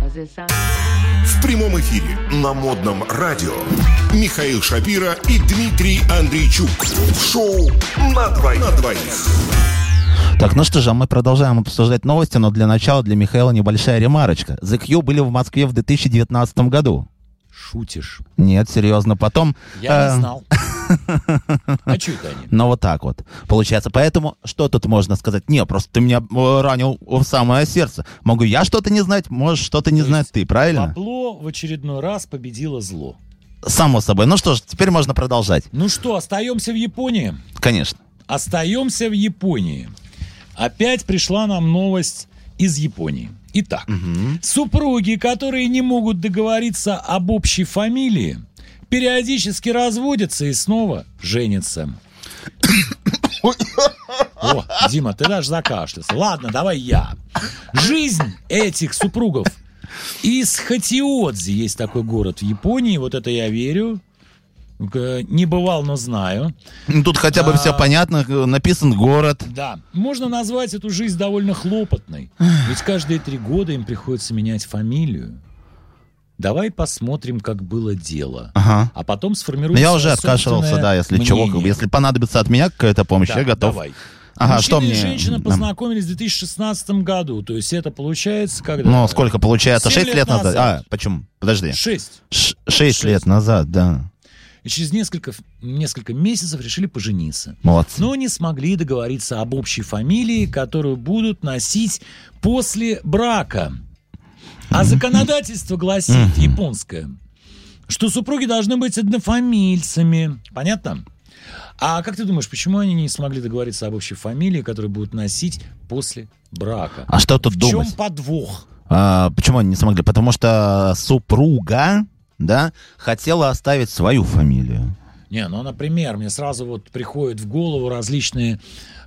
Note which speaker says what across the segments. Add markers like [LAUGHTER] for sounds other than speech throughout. Speaker 1: пользуется.
Speaker 2: В прямом эфире на модном радио Михаил Шапира и Дмитрий Андрейчук. В шоу на двоих. На двоих.
Speaker 3: Так, ну что же, а мы продолжаем обсуждать новости, но для начала для Михаила небольшая ремарочка. The Q были в Москве в 2019 году.
Speaker 4: Шутишь.
Speaker 3: Нет, серьезно, потом...
Speaker 4: Я
Speaker 3: э,
Speaker 4: не знал. А чё это они?
Speaker 3: Но вот так вот. Получается, поэтому что тут можно сказать? Не, просто ты меня э, ранил в самое сердце. Могу я что-то не знать, можешь что-то не
Speaker 4: То
Speaker 3: знать
Speaker 4: есть
Speaker 3: ты, правильно?
Speaker 4: Бабло в очередной раз победило зло.
Speaker 3: Само собой. Ну что ж, теперь можно продолжать.
Speaker 4: Ну что, остаемся в Японии?
Speaker 3: Конечно.
Speaker 4: Остаемся в Японии. Опять пришла нам новость из Японии. Итак, супруги, которые не могут договориться об общей фамилии, периодически разводятся и снова женятся. О, Дима, ты даже закашлялся. Ладно, давай я. Жизнь этих супругов из Хатиодзи. Есть такой город в Японии, вот это я верю. Э, Не бывал, но знаю.
Speaker 3: Ну, Тут хотя бы
Speaker 4: А.
Speaker 3: все понятно, э, написан город.
Speaker 4: Да, можно назвать эту жизнь довольно
Speaker 3: [SIGHS]
Speaker 4: хлопотной. Ведь каждые три года им приходится менять фамилию. Давай посмотрим, как было дело.
Speaker 3: Ага.
Speaker 4: А потом
Speaker 3: Ну,
Speaker 4: сформируем
Speaker 3: я уже
Speaker 4: собственное
Speaker 3: откашивался, да, если
Speaker 4: мнение.
Speaker 3: чего, если понадобится от меня какая-то помощь,
Speaker 4: Да,
Speaker 3: я готов.
Speaker 4: Давай.
Speaker 3: Ага,
Speaker 4: Мужчина
Speaker 3: что
Speaker 4: и
Speaker 3: мне?
Speaker 4: женщина
Speaker 3: М,
Speaker 4: познакомились в 2016 году. То есть это получается когда?
Speaker 3: Ну, сколько получается?
Speaker 4: Семь
Speaker 3: Шесть
Speaker 4: лет
Speaker 3: лет назад.
Speaker 4: назад.
Speaker 3: А, почему? Подожди.
Speaker 4: Шесть.
Speaker 3: Ш- Шесть
Speaker 4: Шесть.
Speaker 3: лет назад, да.
Speaker 4: И через несколько, несколько месяцев решили пожениться.
Speaker 3: Молодцы.
Speaker 4: но не смогли договориться об общей фамилии, которую будут носить после брака. А законодательство гласит, японское, что супруги должны быть однофамильцами. Понятно? А как ты думаешь, почему они не смогли договориться об общей фамилии, которую будут носить после брака?
Speaker 3: А что тут
Speaker 4: В
Speaker 3: думать?
Speaker 4: чем подвох?
Speaker 3: А, почему они не смогли? Потому что супруга, да, хотела оставить свою фамилию.
Speaker 4: Не, ну, например, мне сразу вот приходят в голову различные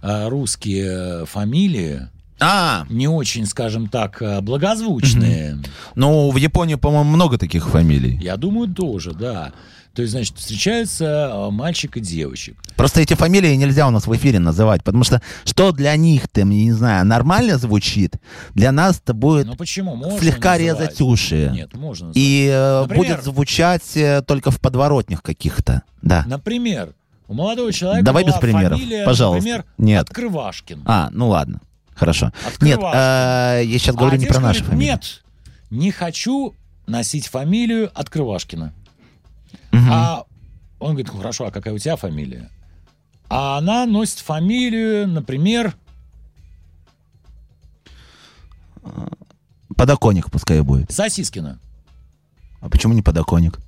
Speaker 4: э, русские э, фамилии,
Speaker 3: А,
Speaker 4: не очень, скажем так, э, благозвучные.
Speaker 3: ну в Японии, по-моему, много таких фамилий.
Speaker 4: Я думаю, тоже, да. То есть, значит, встречаются э, мальчик и девочек.
Speaker 3: Просто эти фамилии нельзя у нас в эфире называть, потому что что для них-то, я не знаю, нормально звучит, для нас-то будет
Speaker 4: Но почему? Ну, Можно
Speaker 3: Э, слегка
Speaker 4: называть.
Speaker 3: резать уши.
Speaker 4: Нет, можно называть.
Speaker 3: И э,
Speaker 4: Например?
Speaker 3: будет звучать э, только в подворотнях каких-то. Да.
Speaker 4: Например, у молодого человека
Speaker 3: Давай
Speaker 4: была
Speaker 3: без примеров,
Speaker 4: фамилия,
Speaker 3: пожалуйста.
Speaker 4: например,
Speaker 3: Нет.
Speaker 4: Открывашкин.
Speaker 3: А, ну ладно. Хорошо.
Speaker 4: Открывашкин.
Speaker 3: Нет, э, я сейчас
Speaker 4: А
Speaker 3: говорю не
Speaker 4: девушка
Speaker 3: про наши
Speaker 4: говорит,
Speaker 3: фамилии.
Speaker 4: Нет, не хочу носить фамилию Открывашкина.
Speaker 3: Мгм.
Speaker 4: А он говорит, «Ну, хорошо, а какая у тебя фамилия? А она носит фамилию, например,
Speaker 3: Подоконник пускай будет.
Speaker 4: Сосискина.
Speaker 3: А почему не подоконник?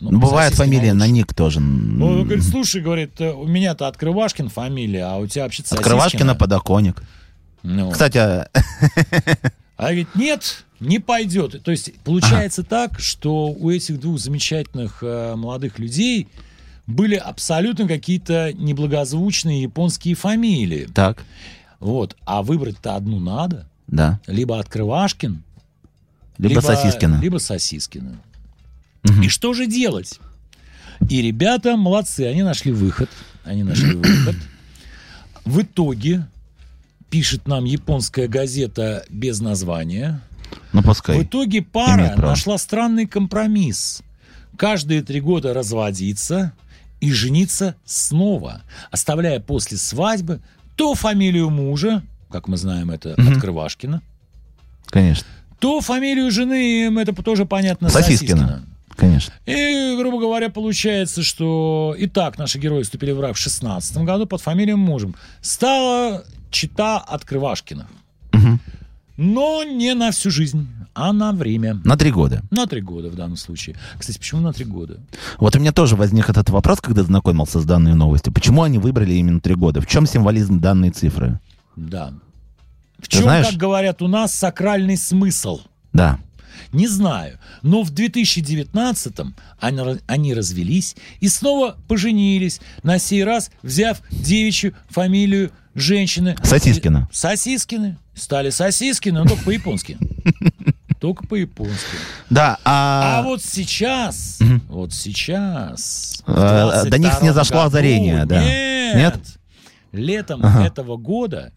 Speaker 3: Ну, бывает
Speaker 4: Сосискина
Speaker 3: фамилия на
Speaker 4: лучше.
Speaker 3: ник тоже.
Speaker 4: Ну, он говорит, слушай, говорит, э, у меня-то Открывашкин фамилия, а у тебя вообще
Speaker 3: Открывашкина подоконник.
Speaker 4: Ну.
Speaker 3: Кстати, а, [LAUGHS]
Speaker 4: А ведь нет, не пойдет. То есть получается так, что у этих двух замечательных э, молодых людей были абсолютно какие-то неблагозвучные японские фамилии.
Speaker 3: так,
Speaker 4: Вот. А выбрать-то одну надо.
Speaker 3: да.
Speaker 4: Либо Открывашкин,
Speaker 3: Либо, Сосискина.
Speaker 4: Либо Сосискина.
Speaker 3: Мгм.
Speaker 4: И что же делать? И ребята молодцы, они нашли выход.
Speaker 3: [CLEARS THROAT]
Speaker 4: Они нашли выход. В итоге, пишет нам японская газета без названия,
Speaker 3: Ну,
Speaker 4: в
Speaker 3: пускай.
Speaker 4: итоге пара
Speaker 3: имеет право.
Speaker 4: нашла странный компромисс. Каждые три года разводиться и жениться снова, оставляя после свадьбы то фамилию мужа, как мы знаем, это
Speaker 3: Мгм.
Speaker 4: Открывашкина,
Speaker 3: Конечно,
Speaker 4: то фамилию жены, им это тоже понятно,
Speaker 3: Сосискина. конечно.
Speaker 4: И, грубо говоря, получается, что и так наши герои вступили в брак в 16 году под фамилией мужем. Стала чита Открывашкина.
Speaker 3: Мгм.
Speaker 4: Но не на всю жизнь, а на время.
Speaker 3: На три года.
Speaker 4: На три года в данном случае. Кстати, почему на три года?
Speaker 3: Вот у меня тоже возник этот вопрос, когда знакомился с данной новостью. Почему они выбрали именно три года? В чем символизм данной цифры?
Speaker 4: Да. В
Speaker 3: Ты
Speaker 4: чем,
Speaker 3: знаешь-
Speaker 4: как говорят у нас, сакральный смысл?
Speaker 3: Да.
Speaker 4: Не знаю. Но в 2019-м они, ра- они развелись и снова поженились, на сей раз взяв девичью фамилию женщины.
Speaker 3: Сосискина.
Speaker 4: И- Сосискины. Стали Сосискины, но только по-японски. Только по-японски.
Speaker 3: Да, а...
Speaker 4: А вот сейчас, вот сейчас... в
Speaker 3: Э, до них не
Speaker 4: 22-м
Speaker 3: зашло
Speaker 4: году,
Speaker 3: озарение, да.
Speaker 4: Нет.
Speaker 3: Нет?
Speaker 4: Летом
Speaker 3: Ага.
Speaker 4: этого года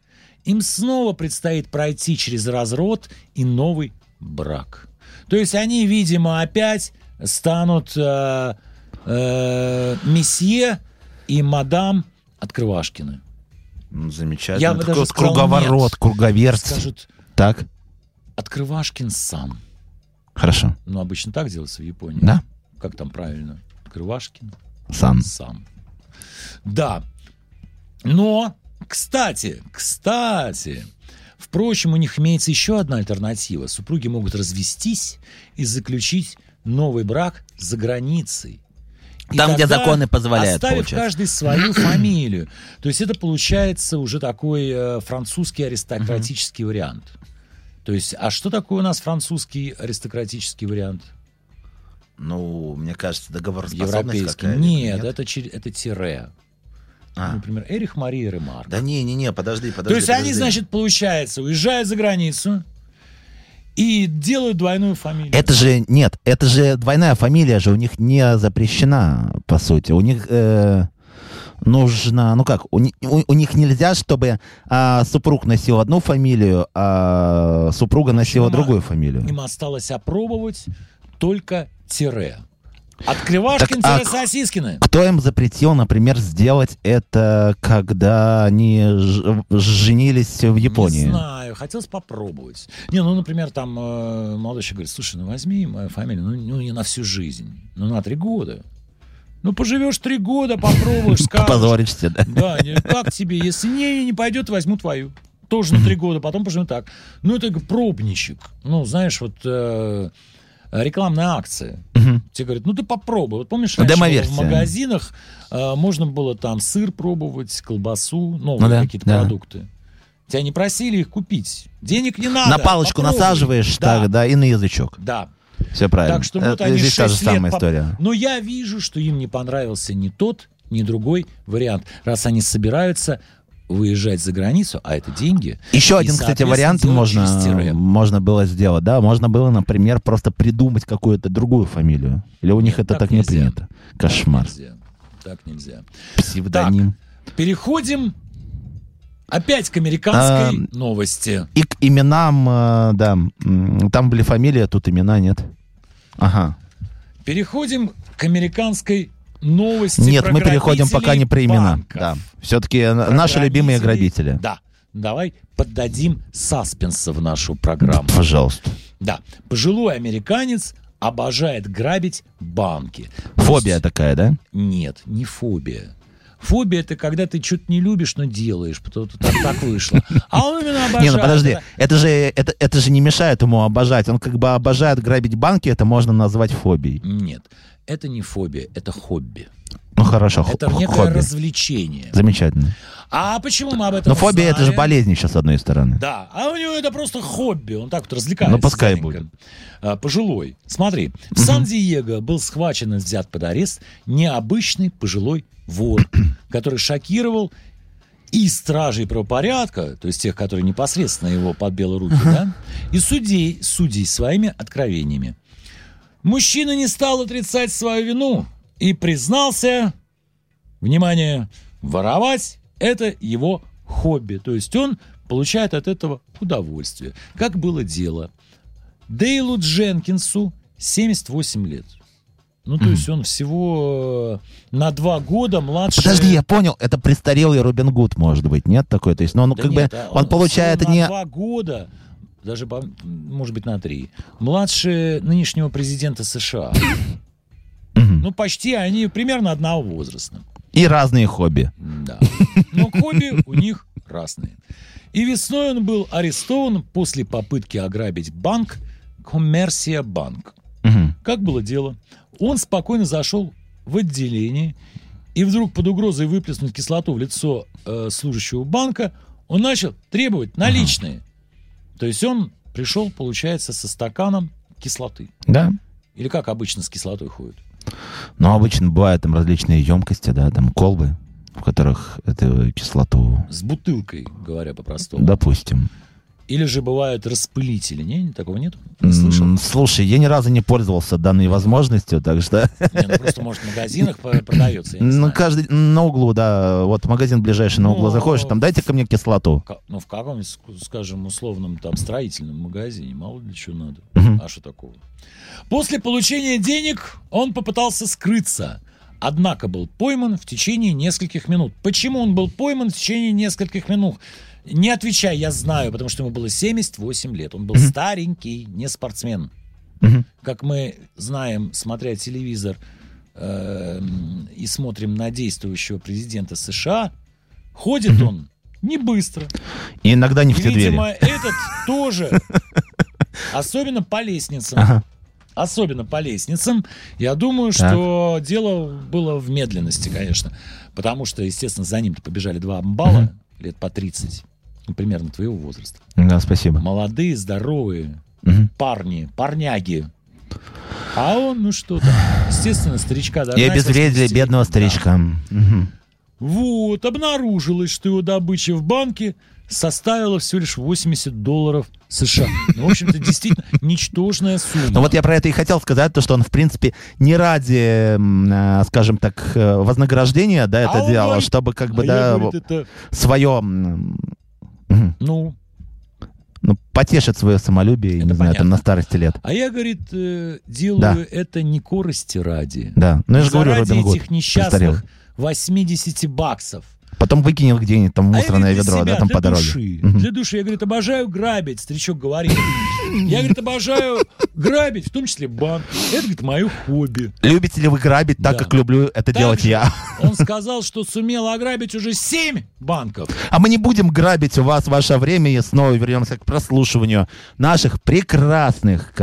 Speaker 4: им снова предстоит пройти через разрод и новый брак. То есть они, видимо, опять станут э, э, месье и мадам Открывашкины.
Speaker 3: Ну, Замечательно.
Speaker 4: Я бы
Speaker 3: Такой
Speaker 4: даже
Speaker 3: вот
Speaker 4: сказал,
Speaker 3: круговорот,
Speaker 4: нет.
Speaker 3: круговерть.
Speaker 4: Скажут
Speaker 3: Так,
Speaker 4: Открывашкин сам.
Speaker 3: хорошо.
Speaker 4: Ну, обычно так делается в Японии.
Speaker 3: Да?
Speaker 4: Как там правильно? Открывашкин
Speaker 3: Сам.
Speaker 4: сам. Да. Но, кстати, кстати, впрочем, у них имеется еще одна альтернатива. Супруги могут развестись и заключить новый брак за границей. И
Speaker 3: Там, где
Speaker 4: тогда,
Speaker 3: законы позволяют,
Speaker 4: Оставив
Speaker 3: получается.
Speaker 4: каждый
Speaker 3: [CLEARS THROAT]
Speaker 4: свою фамилию. То есть это получается уже такой э, французский аристократический вариант. То есть, а что такое у нас французский аристократический вариант?
Speaker 3: Ну, мне кажется, договороспособность
Speaker 4: Европейский.
Speaker 3: какая-то.
Speaker 4: Нет, Это, чер- это тире.
Speaker 3: А.
Speaker 4: Например, Эрих Мария Ремарк.
Speaker 3: Да не, не, не, подожди, подожди.
Speaker 4: То есть они,
Speaker 3: подожди.
Speaker 4: значит, получается, уезжают за границу и делают двойную фамилию.
Speaker 3: Это же, нет, это же двойная фамилия же у них не запрещена, по сути. У них э, нужно, ну как, у, ни- у- у них нельзя, чтобы а, супруг носил одну фамилию, а супруга носила
Speaker 4: Им, а,
Speaker 3: другую фамилию.
Speaker 4: Им осталось опробовать только тире. Открывашкин
Speaker 3: Так, а
Speaker 4: тире
Speaker 3: к-
Speaker 4: Сосискины.
Speaker 3: Кто им запретил, например, сделать это, когда они ж- женились в
Speaker 4: Не
Speaker 3: Японии?
Speaker 4: знаю, хотелось попробовать. Не, ну, например, там э, молодой человек говорит, слушай, ну возьми мою фамилию, ну, ну, не на всю жизнь, ну на три года. Ну поживешь три
Speaker 3: [LAUGHS]
Speaker 4: года, попробуешь, скажешь,
Speaker 3: Позоришься, да?
Speaker 4: Да, не- как тебе? Если не, не пойдет, возьму твою. Тоже на три года, потом пожму так. Ну, это пробничек. Ну, знаешь, вот э, рекламная акция.
Speaker 3: Мгм.
Speaker 4: Тебе говорят, ну ты попробуй. Вот помнишь,
Speaker 3: Ну,
Speaker 4: раньше
Speaker 3: демоверсия.
Speaker 4: в магазинах э, можно было там сыр пробовать, колбасу, новые
Speaker 3: Ну да,
Speaker 4: какие-то
Speaker 3: да.
Speaker 4: продукты. Тебя не просили их купить. Денег не надо.
Speaker 3: На палочку
Speaker 4: попробуй.
Speaker 3: насаживаешь,
Speaker 4: Да,
Speaker 3: так, да, и на язычок.
Speaker 4: да.
Speaker 3: Все правильно.
Speaker 4: Так что ну, вот
Speaker 3: Э, Это
Speaker 4: они
Speaker 3: Здесь та же
Speaker 4: шесть лет
Speaker 3: самая
Speaker 4: поп-
Speaker 3: история.
Speaker 4: Но я вижу, что им не понравился ни тот, ни другой вариант. Раз они собираются выезжать за границу, а это деньги.
Speaker 3: Еще
Speaker 4: И,
Speaker 3: один, кстати,
Speaker 4: соответственно,
Speaker 3: вариант
Speaker 4: делать
Speaker 3: можно,
Speaker 4: через тире.
Speaker 3: можно было сделать, да, можно было, например, просто придумать какую-то другую фамилию. Или у них
Speaker 4: Нет,
Speaker 3: это так,
Speaker 4: так
Speaker 3: не
Speaker 4: нельзя.
Speaker 3: принято. Кошмар.
Speaker 4: Так нельзя. Так нельзя.
Speaker 3: Псевдоним.
Speaker 4: Переходим опять к
Speaker 3: А,
Speaker 4: американской новости.
Speaker 3: И к именам, э, да, м, там были фамилии, а тут имена нет. Ага.
Speaker 4: Переходим к американской новости.
Speaker 3: Нет,
Speaker 4: про
Speaker 3: мы переходим
Speaker 4: грабителей
Speaker 3: пока не про имена.
Speaker 4: банков.
Speaker 3: Да. Все-таки
Speaker 4: Про
Speaker 3: наши любимые грабители.
Speaker 4: Да. Давай поддадим саспенса в нашу программу.
Speaker 3: Пожалуйста.
Speaker 4: Да, пожилой американец обожает грабить банки. То
Speaker 3: Фобия
Speaker 4: есть-
Speaker 3: такая, да?
Speaker 4: Нет, не фобия. Фобия это когда ты что-то не любишь, но делаешь, потому что так, так вышло. А он именно обожает.
Speaker 3: Не, ну подожди,
Speaker 4: это.
Speaker 3: это же, это, это же не мешает ему обожать. Он как бы обожает грабить банки, это можно назвать фобией.
Speaker 4: Нет, это не фобия, это хобби.
Speaker 3: Ну хорошо, хо-
Speaker 4: Это некое
Speaker 3: хобби.
Speaker 4: развлечение.
Speaker 3: Замечательно.
Speaker 4: А почему мы об этом
Speaker 3: Но фобия это же
Speaker 4: знаем?
Speaker 3: болезнь еще, с одной стороны.
Speaker 4: Да, а у него это просто хобби, он так вот развлекается.
Speaker 3: Ну, пускай
Speaker 4: дяденька. А, пожилой. Смотри, в Сан-Диего был схвачен и взят под арест необычный пожилой
Speaker 3: [CLEARS THROAT]
Speaker 4: вор, который шокировал и стражей правопорядка, то есть тех, которые непосредственно его под белые руки, да, и судей, судей своими откровениями. Мужчина не стал отрицать свою вину и признался, внимание, воровать – это его хобби. То есть он получает от этого удовольствие. Как было дело? Дейлу Дженкинсу 78 лет. Ну, то есть он всего э, на два года младше...
Speaker 3: Подожди, я понял, это престарелый Робин Гуд, может быть, нет такой? То есть, ну, он
Speaker 4: Да
Speaker 3: как
Speaker 4: нет,
Speaker 3: бы,
Speaker 4: а
Speaker 3: он, получает
Speaker 4: всего на
Speaker 3: не...
Speaker 4: два года, даже, по- может быть, на три, младше нынешнего президента США.
Speaker 3: Мгм.
Speaker 4: Ну, почти они примерно одного возраста.
Speaker 3: И разные хобби.
Speaker 4: Да. [LAUGHS] Но хобби у них разные. И весной он был арестован после попытки ограбить банк Коммерсия Банк.
Speaker 3: Мгм.
Speaker 4: Как было дело? Он спокойно зашел в отделение, и вдруг под угрозой выплеснуть кислоту в лицо э, служащего банка, он начал требовать наличные. То есть он пришел, получается, со стаканом кислоты.
Speaker 3: Да.
Speaker 4: Или как обычно с кислотой ходят.
Speaker 3: Но обычно бывают там различные емкости, да, там колбы, в которых эту кислоту,
Speaker 4: С бутылкой, говоря по-простому.
Speaker 3: допустим.
Speaker 4: Или же бывают распылители. Не, такого нету? Не слышал?
Speaker 3: М, Слушай, я ни разу не пользовался данной возможностью, так что...
Speaker 4: Не, ну просто, может, в магазинах по- продается. я не
Speaker 3: Ну,
Speaker 4: знаю.
Speaker 3: каждый на углу, да. Вот магазин ближайший на углу
Speaker 4: Ну,
Speaker 3: заходишь, там дайте ко мне кислоту.
Speaker 4: Ка- Ну, в каком-нибудь, ск- скажем, условном там строительном магазине, мало ли чего надо.
Speaker 3: Мгм.
Speaker 4: А что такого? После получения денег он попытался скрыться, однако был пойман в течение нескольких минут. Почему он был пойман в течение нескольких минут? Не отвечай, я знаю, потому что ему было 78 лет. Он был
Speaker 3: Мгм.
Speaker 4: старенький, не спортсмен.
Speaker 3: Мгм.
Speaker 4: Как мы знаем, смотря телевизор э, м, и смотрим на действующего президента США, ходит
Speaker 3: Мгм.
Speaker 4: он не быстро.
Speaker 3: И иногда не в те
Speaker 4: И,
Speaker 3: двери.
Speaker 4: видимо, этот
Speaker 3: [LAUGHS]
Speaker 4: тоже. Особенно по лестницам.
Speaker 3: Ага.
Speaker 4: Особенно по лестницам. Я думаю,
Speaker 3: Так.
Speaker 4: что дело было в медленности, конечно. Потому что, естественно, за ним-то побежали два амбала лет по 30. Ну, примерно твоего возраста.
Speaker 3: Да, спасибо.
Speaker 4: Молодые, здоровые
Speaker 3: Мгм.
Speaker 4: парни, парняги. А он, ну что там, естественно, старичка
Speaker 3: И
Speaker 4: догнать
Speaker 3: обезвредили
Speaker 4: 80-летнего.
Speaker 3: бедного
Speaker 4: Да.
Speaker 3: старичка. Мгм.
Speaker 4: Вот, обнаружилось, что его добыча в банке составила всего лишь 80 долларов США. Ну, в общем-то, действительно, [LAUGHS] ничтожная сумма.
Speaker 3: Ну вот я про это и хотел сказать, то, что он, в принципе, не ради, м, э, скажем так, э, вознаграждения, да,
Speaker 4: А
Speaker 3: это
Speaker 4: он
Speaker 3: делал, а
Speaker 4: говорит-
Speaker 3: чтобы как бы,
Speaker 4: А я,
Speaker 3: да,
Speaker 4: говорит, это,
Speaker 3: свое,
Speaker 4: ну,
Speaker 3: ну, потешить свое самолюбие, я
Speaker 4: Это
Speaker 3: не знаю, там,
Speaker 4: понятно.
Speaker 3: на старости лет.
Speaker 4: а я, говорит, э, делаю
Speaker 3: Да.
Speaker 4: это не корости ради.
Speaker 3: Да, ну я же
Speaker 4: За
Speaker 3: говорю,
Speaker 4: ради
Speaker 3: Робин Гуд
Speaker 4: этих несчастных
Speaker 3: престарелых.
Speaker 4: 80 баксов.
Speaker 3: Потом выкинет где-нибудь там в
Speaker 4: А я,
Speaker 3: мусорное
Speaker 4: говорит, для
Speaker 3: ведро, да,
Speaker 4: себя,
Speaker 3: там
Speaker 4: для
Speaker 3: по дороге.
Speaker 4: Души,
Speaker 3: Мгм.
Speaker 4: Для души. Я, говорит, обожаю грабить, старичок говорит. Я, говорит, обожаю грабить, в том числе банк. Это, говорит, мое хобби.
Speaker 3: Любите ли вы грабить так,
Speaker 4: Да.
Speaker 3: как люблю это
Speaker 4: Так
Speaker 3: делать
Speaker 4: же.
Speaker 3: я?
Speaker 4: Он сказал, что сумел ограбить уже 7 банков.
Speaker 3: А мы не будем грабить у вас ваше время и снова вернемся к прослушиванию наших прекрасных